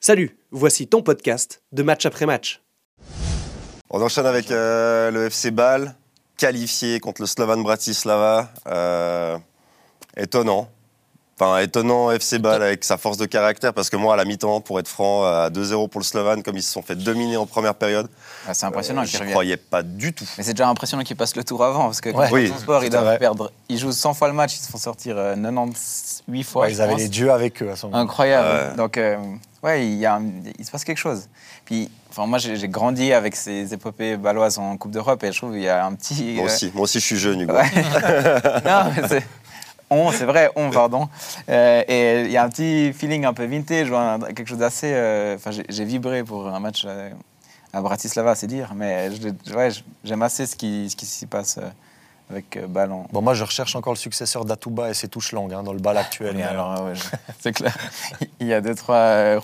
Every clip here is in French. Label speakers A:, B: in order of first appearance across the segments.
A: Salut, voici ton podcast de match après match.
B: On enchaîne avec euh, le FC Bâle, qualifié contre le Slovan Bratislava. Euh, étonnant. Enfin, étonnant FC Bâle avec sa force de caractère, parce que moi, à la mi-temps, pour être franc, à 2-0 pour le Slovan, comme ils se sont fait dominer en première période,
C: Ah,
B: je
C: c'est impressionnant qu'ils
B: ne
C: reviennent.
B: Euh, croyais pas du tout.
C: Mais c'est déjà impressionnant qu'ils passent le tour avant, parce que quand
D: Ouais.
C: ils
B: Oui,
C: font son sport,
B: tout
C: ils
B: à
C: doivent
B: fait.
C: perdre. Ils jouent 100 fois le match, ils se font sortir euh, 98 fois.
D: Ouais,
C: je
D: ils avaient
C: pense.
D: les dieux avec eux à ce moment.
C: Incroyable.
B: Ouais.
C: Donc, euh, ouais, il, y a un- il se passe quelque chose. Puis, enfin, moi, j'ai j'ai grandi avec ces épopées baloises en Coupe d'Europe, et je trouve qu'il y a un petit.
B: Moi
C: euh,
B: aussi, moi aussi je suis jeune, Hugo.
C: Ouais. non, mais c'est. On, c'est vrai, on, pardon. Euh, et il y a un petit feeling un peu vintage, ou un- quelque chose d'assez. euh, Enfin, j'ai- j'ai vibré pour un match euh, à Bratislava, c'est dire, mais je- ouais, j'aime assez ce qui, ce qui s'y passe euh, avec euh, Ballon.
D: Bon, moi, je recherche encore le successeur d'Atuba et ses touches langues hein, dans le bal actuel.
C: Et
D: mais
C: alors, euh, ouais, je- c'est clair, il y a deux, trois. euh,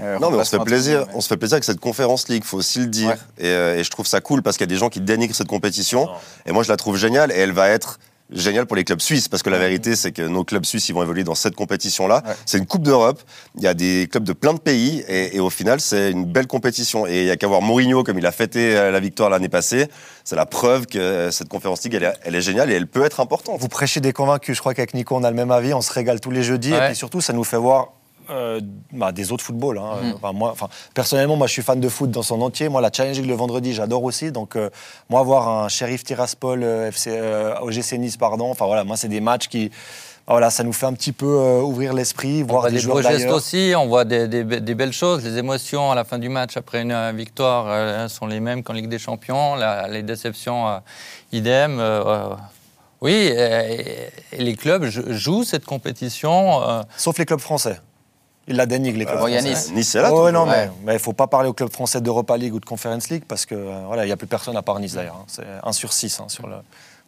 C: euh,
B: Non, mais on se
C: remplacements
B: fait plaisir.
C: entre-
B: On se fait plaisir avec cette conférence League. Faut aussi le dire.
C: Ouais.
B: Et, euh, et je trouve ça cool parce qu'il y a des gens qui dénigrent cette compétition. Et moi, je la trouve géniale. Et elle va être géniale pour les clubs suisses parce que la vérité, c'est que nos clubs suisses, ils vont évoluer dans cette compétition-là.
C: Ouais.
B: C'est une Coupe d'Europe. Il y a des clubs de plein de pays. Et, et au final, c'est une belle compétition. Et il y a qu'à voir Mourinho comme il a fêté euh, la victoire l'année passée. C'est la preuve que euh, cette conférence League, elle, est- elle est géniale et elle peut être importante.
D: Vous prêchez des convaincus. Je crois qu'avec Nico, on a le même avis. On se régale tous les jeudis.
E: Ouais.
D: Et puis surtout, ça nous fait voir euh, bah, des autres footballs. hein.
E: Mm.
C: Mhm.
D: Enfin, moi, enfin, personnellement, moi, je suis fan de foot dans son entier. Moi, la Challenge League le vendredi, j'adore aussi. Donc, euh, moi, voir un Sheriff Tiraspol, euh, FC, euh, OGC Nice, pardon. Enfin, voilà, moi, c'est des matchs qui. bah, Voilà, ça nous fait un petit peu euh, ouvrir l'esprit,
E: On
D: voir
E: voit
D: des,
E: des
D: joueurs
E: beaux gestes
D: d'ailleurs.
E: aussi, on voit des, des be- des belles choses. Les émotions à la fin du match après une euh, victoire euh, sont les mêmes qu'en Ligue des Champions. La- les déceptions, euh, idem. euh, euh, oui, euh, et les clubs jou- jouent cette compétition. euh,
D: Sauf les clubs français. Ils la dénigrent, les clubs
C: bon, il y a
D: français.
C: Nice.
B: Euh, Nice est là. tout
D: Ouais,
B: le
D: ouais, Oh, non,
B: monde.
C: Ouais.
D: mais mais il faut pas parler au club français d'Europa League ou de Conference League parce que euh, voilà, il n'y a plus personne à part Nice d'ailleurs. hein. C'est 1 sur 6 sur le.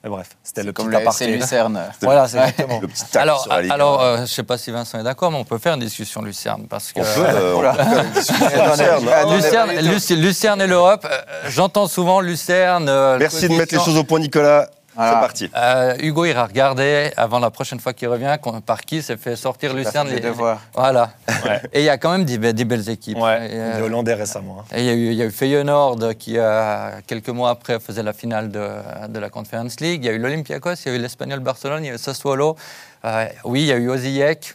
D: Mais bref, c'était le
C: Comme
D: petit
C: le FC
D: aparté.
C: Lucerne.
D: Voilà, c'est exactement.
B: Le petit tac
E: alors,
B: sur la Ligue.
E: alors euh, je ne sais pas si Vincent est d'accord, mais on peut faire une discussion Lucerne parce que.
B: on peut, euh, on peut faire une discussion sur Lucerne.
C: Ah, non,
E: Lucerne,
C: on est pas du tout.
E: Luc- Lucerne et l'Europe, euh, j'entends souvent Lucerne. euh,
B: Merci de mettre les
E: coefficient-
B: choses au point, Nicolas.
C: Voilà.
B: C'est parti.
E: Euh, Hugo ira regarder avant la prochaine fois qu'il revient qu'on- par qui s'est fait sortir Lucerne.
C: fait des devoirs.
E: Voilà. Et il y a quand même des, be- des belles équipes.
D: Ouais,
E: Et, euh,
D: les Hollandais récemment. hein.
E: et il y, a eu- il y a eu Feyenoord qui, euh, quelques mois après, faisait la finale de, de la Conference League. Il y a eu l'Olympiakos, il y a eu l'Espagnol Barcelone, il y a eu Sassuolo. Euh, oui, il y a eu Osijek,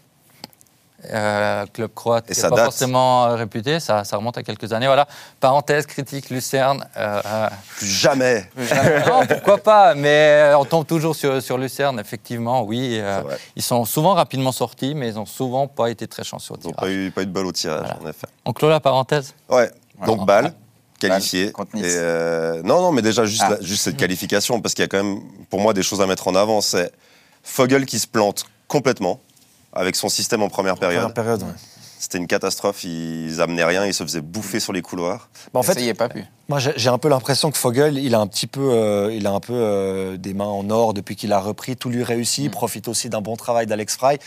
E: euh, club croate
B: Et
E: qui
B: ça
E: n'est pas
B: date.
E: forcément euh, réputé. Ça, ça remonte à quelques années. Voilà. Parenthèse critique, Lucerne. euh, euh,
B: Plus jamais.
E: non, pourquoi pas, mais euh, on tombe toujours sur, sur Lucerne, effectivement, oui. euh,
B: C'est vrai.
E: ils sont souvent rapidement sortis, mais ils n'ont souvent pas été très chanceux au
B: Ils n'ont
E: tirage.
B: pas eu, pas eu de balle au tirage,
E: Voilà.
B: en effet.
E: On clôt la parenthèse
B: Ouais. Donc, balle, qualifié.
C: Bâle contre Nice.
B: Et, euh, non, non, mais déjà, juste,
C: Ah.
B: la- juste cette qualification, parce qu'il y a quand même, pour moi, des choses à mettre en avant. C'est Fogel qui se plante complètement avec son système en première période.
D: Première période, ouais.
B: C'était une catastrophe. Ils amenaient rien, ils se faisaient bouffer sur les couloirs.
D: Bah, en
C: ça
D: fait,
C: y est, pas pu.
D: moi j'ai j'ai un peu l'impression que Fogel, il a un petit peu, euh, il a un peu euh, des mains en or depuis qu'il a repris. Tout lui réussit.
C: Mm.
D: Il profite aussi d'un bon travail d'Alex Fry.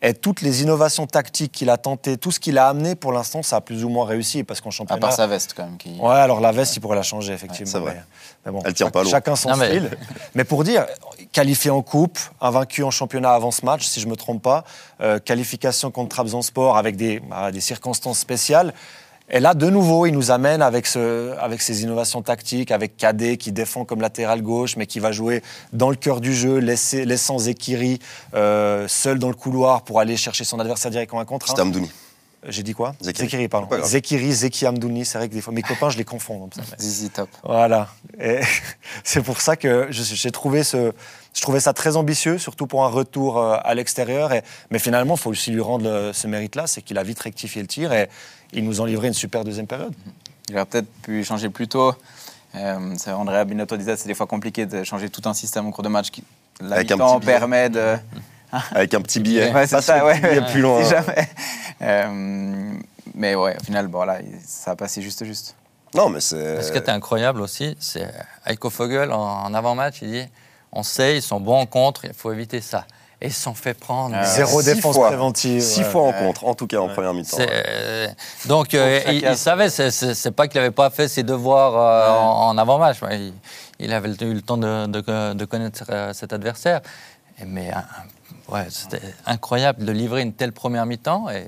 D: Et toutes les innovations tactiques qu'il a tentées, tout ce qu'il a amené pour l'instant, ça a plus ou moins réussi parce qu'en
C: À
D: championnat.
C: part sa veste, quand même. Qui...
E: euh,
D: Ouais, alors la veste, il pourrait la changer, effectivement.
B: c'est vrai.
D: Mais- mais bon,
B: Elle tient pas l'eau.
D: Chacun son
E: Non, mais-
D: style. Mais pour dire, qualifié en coupe, invaincu en championnat avant ce match, si je me trompe pas, euh, qualification contre Trabzonspor avec des, bah, des circonstances spéciales. Et là, de nouveau, il nous amène avec, ce, avec ses innovations tactiques, avec Cadet qui défend comme latéral gauche, mais qui va jouer dans le cœur du jeu, laissé- laissant Zekiri euh, seul dans le couloir pour aller chercher son adversaire direct en un contre. hein. un.
B: C'était Amdouni.
D: J'ai dit quoi
B: Zekiri.
D: pardon.
B: Pas grave.
D: Zekiri, Zeki Amdouni, c'est vrai que des fois, mes copains, je les confonds. donc ça, mais-
C: Zizi top.
D: voilà. Et c'est pour ça que je- j'ai trouvé ce, je trouvais ça très ambitieux, surtout pour un retour euh, à l'extérieur. Et- Mais finalement, il faut aussi lui rendre euh, ce mérite-là, c'est qu'il a vite rectifié le tir et il nous en livrait une super deuxième période.
C: Il aurait peut-être pu changer plus tôt. Euh, ça, Andrea Binotto disait que c'est des fois compliqué de changer tout un système au cours de match. Qui, la
B: Avec un
C: mi-temps
B: petit billet.
C: permet de.
B: Avec un petit billet.
C: Ouais, c'est
B: Passe
C: ça,
B: le
C: ouais.
B: petit billet plus loin.
C: Si jamais. Euh, mais ouais, au final, bon, là, il- ça a passé juste juste.
B: Non, mais c'est.
C: Euh.
E: Ce qui était incroyable aussi, c'est Heiko Fogel, en, en avant-match, il dit on sait, ils sont bons en contre, il faut éviter ça. Et ils se sont fait prendre.
C: Ah,
E: C'est-
D: Zéro
B: six
D: défense
B: fois.
D: préventive.
B: Six
D: ouais.
B: fois en contre, en tout cas en première mi-temps.
E: c'est- euh, donc, euh,
C: Au
E: il,
C: fracas.
E: il savait, c'est- c'est c'est pas qu'il n'avait pas fait ses devoirs euh,
C: Ouais.
E: en, en avant-match. mais Il, il avait eu le temps de, de- de connaître euh, cet adversaire. Et- Mais euh, ouais, c'était incroyable de livrer une telle première mi-temps. Et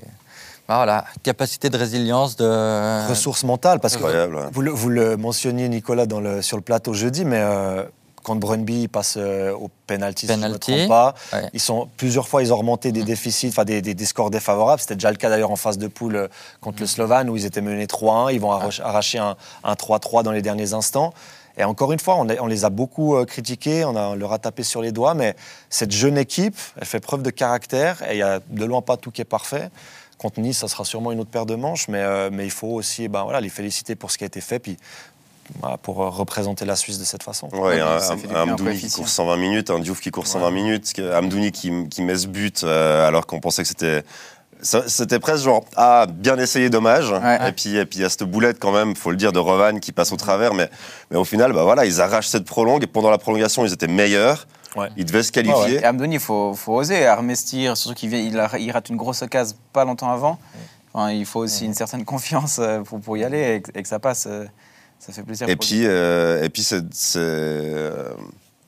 E: Voilà, capacité de résilience, de.
D: Ressources mentales, parce que
B: Incroyable. hein. ouais.
D: Vous le, vous le mentionniez, Nicolas, dans le- sur le plateau jeudi, mais euh, quand Brunby passe euh, au penalty, si je me
E: Penalty,
D: trompe pas,
E: ouais. Mm.
D: ils sont, plusieurs fois, ils ont remonté des déficits, enfin des, des- des scores défavorables. C'était déjà le cas d'ailleurs en phase de poule euh, contre
E: Mm.
D: le Slovane, où ils étaient menés 3-1. Ils vont arroche- arracher un un 3-3 dans les derniers instants. Et encore une fois, on, a- on les a beaucoup euh, critiqués, on, a, on leur a tapé sur les doigts, mais cette jeune équipe, elle fait preuve de caractère, et il n'y a de loin pas tout qui est parfait. Contre Nice, ça sera sûrement une autre paire de manches, mais, euh, mais il faut aussi ben, voilà, les féliciter pour ce qui a été fait, puis voilà, pour euh, représenter la Suisse de cette façon.
B: Ouais,
C: Ouais,
B: un,
C: ça fait du bien,
B: un Amdouni qui
C: coefficient.
B: court 120 minutes, un Diouf qui court 120 minutes, que- Amdouni qui, qui met ce but euh, alors qu'on pensait que c'était. ça- C'était presque genre, ah, bien essayé, dommage.
C: Ouais.
B: Et puis et puis il y a cette boulette quand même, faut le dire, de Rovan qui passe au travers. Mais, mais au final, bah voilà, ils arrachent cette prolongue. Et pendant la prolongation, ils étaient meilleurs.
D: Ouais.
B: Ils devaient se qualifier.
C: Et Amdouni, il faut, faut oser armestir, surtout qu'il vient- il a- il rate une grosse occasion pas longtemps avant. Enfin, il faut aussi une certaine confiance euh, pour, pour y aller et, que- et que ça passe. euh, Ça fait plaisir.
B: Et
C: pour
B: puis, euh, et puis c'est, c'est, euh,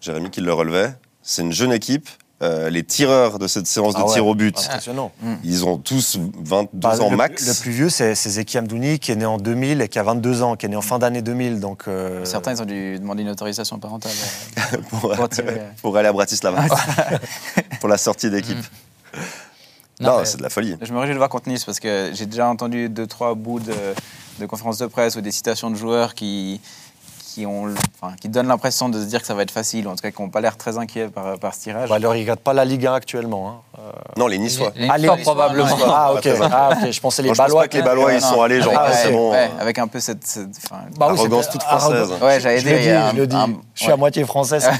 B: Jérémy qui le relevait. C'est une jeune équipe. Euh, les tireurs de cette séance
D: Ah
B: de
D: ouais.
B: tir au but,
D: Impressionnant.
B: ils ont tous 22
D: Bah,
B: Ah, ans
D: le,
B: max.
D: le plus vieux, c'est c'est Zeki Amdouni, qui est né en 2000 et qui a 22 ans, qui est né en fin d'année 2000. Donc, euh,
C: Certains, ils ont dû demander une autorisation parentale. euh,
B: pour,
C: Pour Ah, tirer.
B: pour aller à Bratislava. pour la sortie d'équipe.
C: Mm.
E: Non,
B: Non,
E: mais-
B: c'est de la folie.
C: Je me réjouis de voir contre Nice parce que j'ai déjà entendu deux, trois bouts de, de conférences de presse ou des citations de joueurs qui, qui, ont, l- enfin, qui donnent l'impression de se dire que ça va être facile, ou en tout cas qui n'ont pas l'air très inquiets par, par ce tirage.
D: bah, alors, il ne regarde pas la Ligue 1 actuellement. hein.
B: Non, les Niçois.
E: Les- les Niçois, probablement.
D: Ah, ok. Ah, ok. Je pensais les
B: Moi, je pense
D: Balois.
B: pas que les Ballois, ils sont allés genre,
C: Ah,
B: ah, c'est
C: ouais,
B: bon.
C: ouais,
B: euh,
C: avec un peu cette. cette- enfin,
D: Bah oui,
B: Arrogance
D: c'était-
B: toute française.
D: arrogance.
C: ouais, j'allais
D: Je
C: dire.
D: le
C: il y
D: dis,
C: a un-
D: je le dis.
C: un-
D: Je suis à
C: ouais.
D: moitié français, cette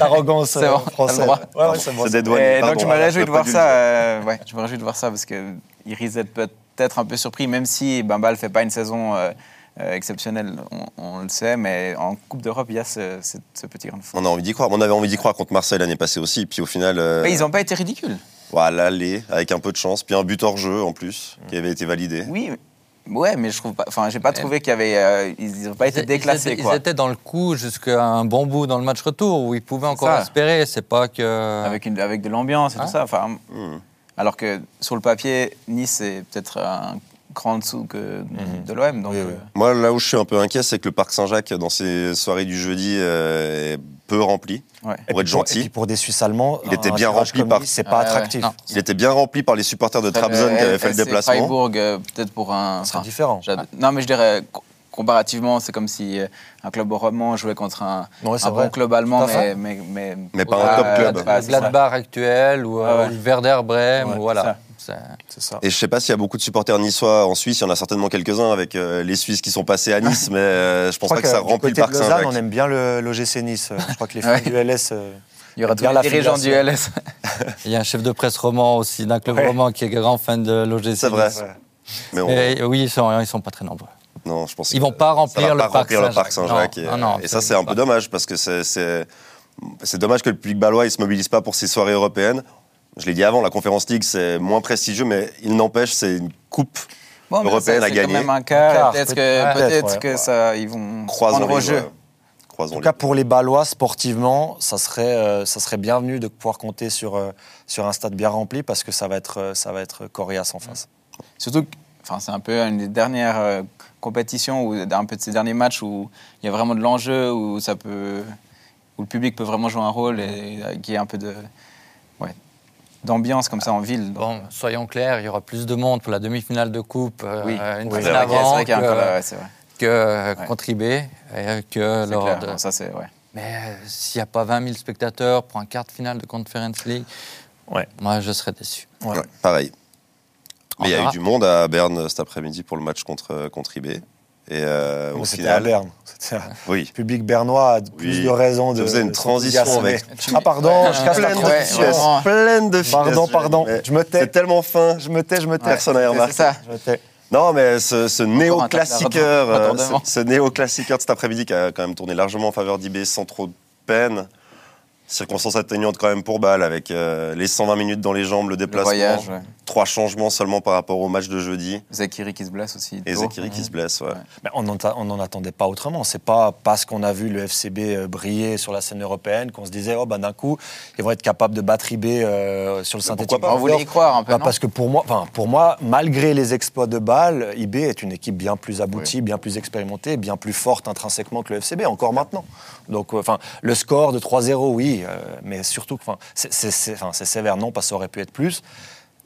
D: arrogance
C: C'est
D: euh,
C: bon, t'as le
D: française.
C: droit.
D: Ouais, ouais, c'est bon,
B: C'est des
D: c'est
B: douanes.
C: Et Eh, donc
B: pardon,
C: je me
B: alors,
C: réjouis de
B: pas
C: voir
B: du
C: ça.
B: tout.
C: euh, ouais, je me réjouis de voir ça parce que il risque d'être peut-être un peu surpris, même si Bambal fait pas une saison euh, euh, exceptionnelle, on, on le sait, mais en Coupe d'Europe il y a ce, ce- ce petit grain de fond.
B: On a envie d'y croire. On avait envie d'y croire contre Marseille l'année passée aussi. Puis au final, euh,
C: Mais ils n'ont pas été ridicules.
B: voilà, l'aller, avec un peu de chance. Puis un but hors jeu en plus,
C: Mm.
B: qui avait été validé.
C: Oui, ouais, mais je trouve pas. Enfin, j'ai pas trouvé qu'il y avait. euh, ils n'ont pas été
E: Ils-
C: déclassés
E: ils, étaient,
C: quoi.
E: ils étaient dans le coup jusqu'à un bon bout dans le match retour où ils pouvaient encore
C: Ça.
E: espérer. C'est pas que.
C: avec, une- avec de l'ambiance et
E: Hein
C: tout ça. Enfin,
B: Hmm.
C: alors que sur le papier, Nice est peut-être un cran en dessous que
B: Mhm.
C: de l'OM. Donc,
D: Oui, oui.
C: euh,
B: Moi, là où je suis un peu inquiet, c'est que le Parc Saint-Jacques, dans ses soirées du jeudi, euh, est peu rempli.
C: euh, ouais.
D: Et
B: Pour être
D: puis et
B: gentil,
D: puis pour des Suisses allemands,
B: Il était
D: un
B: bien
D: tirage
B: rempli
D: comme
B: par-
D: lui, C'est pas
C: Ah ouais,
D: attractif.
E: non.
B: il était bien rempli par les supporters de Trabzon qui avaient fait le
C: FC
B: déplacement.
C: Freiburg, euh, peut-être pour un.
D: C'est
C: enfin,
D: différent.
C: j'ad- Non, mais je dirais. co- Comparativement, c'est comme si euh, un club roman jouait contre un,
D: Ouais, c'est
C: un
D: vrai.
C: bon club allemand,
D: Tout à fait.
C: mais, mais, mais,
B: Mais pas un
C: Ouais,
B: top club.
C: ouais,
E: le
C: c'est ça.
E: Gladbach actuel ou
C: Ah ouais.
E: euh, le Werder Brême.
D: Ouais,
E: ou voilà. C'est-
D: C'est ça.
B: Et je sais pas s'il y a beaucoup de supporters niçois en Suisse, il y en a certainement quelques-uns avec euh, les Suisses qui sont passés à Nice,
D: Ah.
B: mais euh, je pense pas que, ça
D: du
B: remplit le
D: côté de
B: parc
D: Lausanne, on
B: Saint-Jacques.
D: aime bien le l'OGC Nice. Euh, Je crois que les fans
C: Ouais.
D: du LS. euh,
C: Il y aura
D: aiment
C: tous
D: bien
C: les
D: la
C: dirigeants du
D: filiation.
C: LS.
E: Il y a un chef de presse roman aussi d'un club
D: Ouais.
E: roman qui est grand fan de l'OGC.
B: C'est vrai.
D: Ouais.
B: Mais on-
E: Et oui, ils sont, ils sont pas très nombreux.
B: non, je pense
E: Ils
B: que
E: vont pas
B: ça
E: remplir
B: va
E: le,
B: pas
E: parc
B: remplir le parc
E: Saint-Jacques.
B: Saint-Jacques.
E: Non,
B: Et,
E: non, non,
B: et ça, c'est un peu
E: pas.
B: dommage parce que c'est- c'est c'est dommage que le public balois ne se mobilise pas pour ces soirées européennes. Je l'ai dit avant, la Conférence League, c'est moins prestigieux, mais il n'empêche, c'est une coupe
C: Bon, mais
B: Européenne
C: ça,
B: à
C: c'est
B: gagner.
C: quand même un
D: Un
C: cas.
D: quart,
C: Peut-être que,
D: peut-être,
C: peut-être
D: ouais.
C: que ça, ils vont
B: croisant
C: prendre au
B: les
C: jeu.
D: En
B: Croisons
D: tout cas, pour les Balois, sportivement, ça serait, euh, ça serait bienvenu de pouvoir compter sur, euh, sur un stade bien rempli parce que ça va être, euh, ça va être coriace en face.
C: Surtout que enfin, c'est un peu une des dernières euh, compétitions ou un peu de ces derniers matchs où il y a vraiment de l'enjeu, où, ça peut, où le public peut vraiment jouer un rôle et euh, qu'il y ait un peu de, ouais, d'ambiance comme ça en ville. Donc,
E: Bon, soyons clairs, il y aura plus de monde pour la demi-finale de coupe euh,
C: oui,
E: une
C: Oui, c'est vrai
E: semaine
C: qu'il y a- c'est
E: avant
C: vrai qu'il y a encore la-
E: que,
C: ouais, c'est vrai.
E: que
C: Ouais.
E: contribuer et que
C: C'est
E: lors
C: clair.
E: de-
C: Bon, ça, c'est, ouais.
E: Mais euh, s'il n'y a pas 20 000 spectateurs pour un quart de finale de Conference League,
D: Ouais.
E: moi je serais déçu.
B: Ouais, pareil. Mais il y
E: On
B: a
E: verra.
B: eu du monde à Berne cet après-midi pour le match contre, contre IB. Et euh, au
D: Bon, C'était à
B: final,
D: Berne. C'était un
B: oui.
D: public bernois a plus
B: Oui.
D: de raisons
B: Ça
D: de.
B: faisait une
D: de
B: transition
D: s'enthousiasmer.
B: avec-
D: Ah, pardon, je casse la
B: Pleine de
C: Ouais,
D: transition.
B: finesse,
C: vraiment.
B: pleine de finesse.
D: Pardon, pardon,
B: Mais
D: je me tais.
B: C'est tellement fin.
D: Je me tais, je me tais.
B: Personne n'a remarqué.
C: C'est ça.
D: Je me tais.
B: Non, mais ce, ce néo-classiqueur,
C: Encore un
B: euh,
C: retardement.
B: ce, ce néo-classiqueur de cet après-midi qui a quand même tourné largement en faveur d'IB sans trop de peine. Circonstances atténuantes quand même pour Bâle, avec euh, les 120 minutes dans les jambes, le
C: Le
B: déplacement,
C: voyage, euh, ouais.
B: trois changements seulement par rapport au match de jeudi,
C: Zakiri qui se blesse aussi.
B: et
C: tôt. Mmh.
B: Zakiri qui se blesse. ouais.
C: Ouais.
D: Mais on n'en on n'en attendait pas autrement. C'est pas parce qu'on a vu le FCB euh, briller sur la scène européenne qu'on se disait oh ben d'un coup ils vont être capables de battre IB euh, sur
B: pourquoi
D: le synthétique.
B: pas
D: Or,
C: On voulait y croire un peu,
D: bah,
C: Ah non
D: parce que pour moi, enfin, pour moi, malgré les exploits de Bâle, IB est une équipe bien plus aboutie, bien plus expérimentée, bien plus forte intrinsèquement que le FCB encore maintenant. Donc, euh, enfin, le score de 3-0, oui, euh, mais surtout, enfin, c'est- c'est c'est- enfin, c'est sévère, non, parce que ça aurait pu être plus.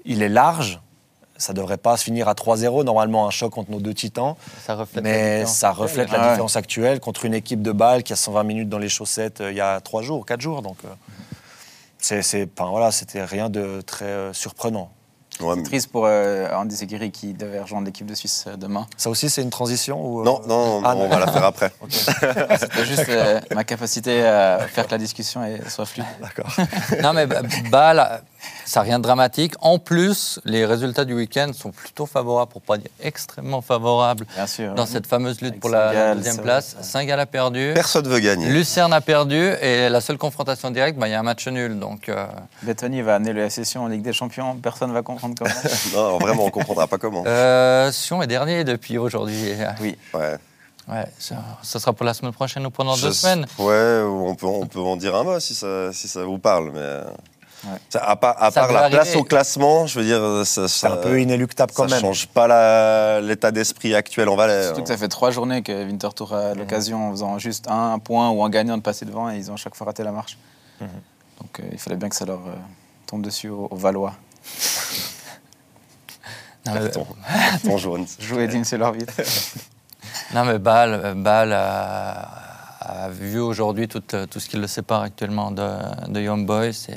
D: Il est large. Ça devrait pas se finir à 3-0, normalement un choc entre nos deux titans.
E: Ça reflète la
D: Mais
E: différence.
D: ça reflète la
C: Ah ouais.
D: différence actuelle contre une équipe de balle qui a 120 minutes dans les chaussettes euh, il y a 3 jours, 4 jours. Donc, euh, c'est, c'est- enfin, voilà, c'était rien de très euh, surprenant.
B: Ouais, mais-
C: C'est triste pour euh, Andy Zakiri qui devait rejoindre l'équipe de Suisse euh, demain.
D: Ça aussi, c'est une transition ou, euh,
B: Non, non,
D: Ah,
B: on va la faire après.
C: C'était juste euh, ma capacité à faire que la discussion est- soit fluide.
E: Non, mais Ba- Bâle, ça n'a rien de dramatique. En plus, les résultats du week-end sont plutôt favorables, pour pas dire extrêmement favorables,
C: Bien sûr.
E: dans cette fameuse lutte
C: Ah Avec
E: pour la
C: Saint-Gall,
E: deuxième
C: ça,
E: place.
C: ouais.
E: Saint-Gall a perdu.
B: Personne veut gagner.
E: Lucerne a perdu et la seule confrontation directe, bah, il y a un match nul. Donc, euh,
C: Bettoni va amener le FC Sion en Ligue des Champions. Personne ne va comprendre comment.
B: Non, vraiment, on comprendra pas comment.
E: euh, Sion est dernier depuis aujourd'hui.
B: Ouais.
E: Ouais, ça, ça sera pour la semaine prochaine ou pendant
B: Je
E: deux
B: sais-
E: semaines.
B: Ouais, ou on peut, on peut en dire un mot si ça, si ça vous parle. Mais...
C: Ouais.
B: Ça, à part, à
E: Ça
B: part
E: peut
B: la place
E: arriver.
B: au classement, je veux dire, ça,
D: c'est
B: ça,
D: un peu inéluctable quand
B: ça
D: même.
B: change pas la- l'état d'esprit actuel en Valais.
C: Surtout
B: hein.
C: que ça fait trois journées que Winterthur a l'occasion, en faisant juste un point ou en gagnant, de passer devant et ils ont à chaque fois raté la marche.
B: Mhm.
C: Donc euh, il fallait bien que ça leur euh, tombe dessus au, au Valois.
E: Non, mais-
B: Carton. Carton jaune.
C: Jouer digne, c'est leur vie.
E: Non, mais Bâle, euh, Bâle a, a vu aujourd'hui tout, euh, tout ce qui le sépare actuellement de, de Young Boys. Et, euh,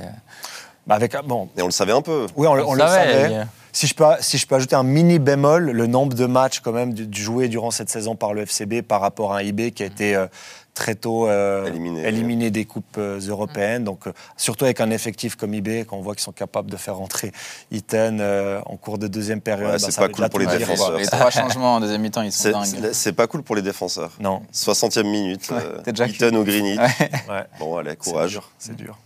D: Bah, avec, un- bon,
B: Et on le savait un peu.
D: oui, on, le-
E: on
D: on
E: le
D: le savait.
E: savait. euh,
D: Si je, peux, si je peux ajouter un mini bémol, le nombre de matchs quand même du- du joués durant cette saison par le FCB par rapport à un IB qui a été euh, très tôt euh,
B: Éliminé.
D: éliminé des coupes euh, européennes. Donc euh, surtout avec un effectif comme IB, qu'on voit qu'ils sont capables de faire rentrer Iten euh, en cours de deuxième période.
B: Ouais,
D: bah,
B: c'est
D: ça
B: pas
D: veut
B: cool
D: déjà
B: pour
D: tout
B: les
D: dire,
B: défenseurs.
D: quoi.
C: Les trois changements en deuxième mi-temps, ils sont
B: C'est-
C: dingues.
B: C'est c'est pas cool pour les défenseurs.
D: Non,
B: 60e minute.
C: Ouais,
B: euh,
C: t'es déjà
B: Eaton ou Grigny.
C: Ouais.
D: ouais,
B: Bon, allez,
D: c'est
B: courage.
D: dur, C'est dur.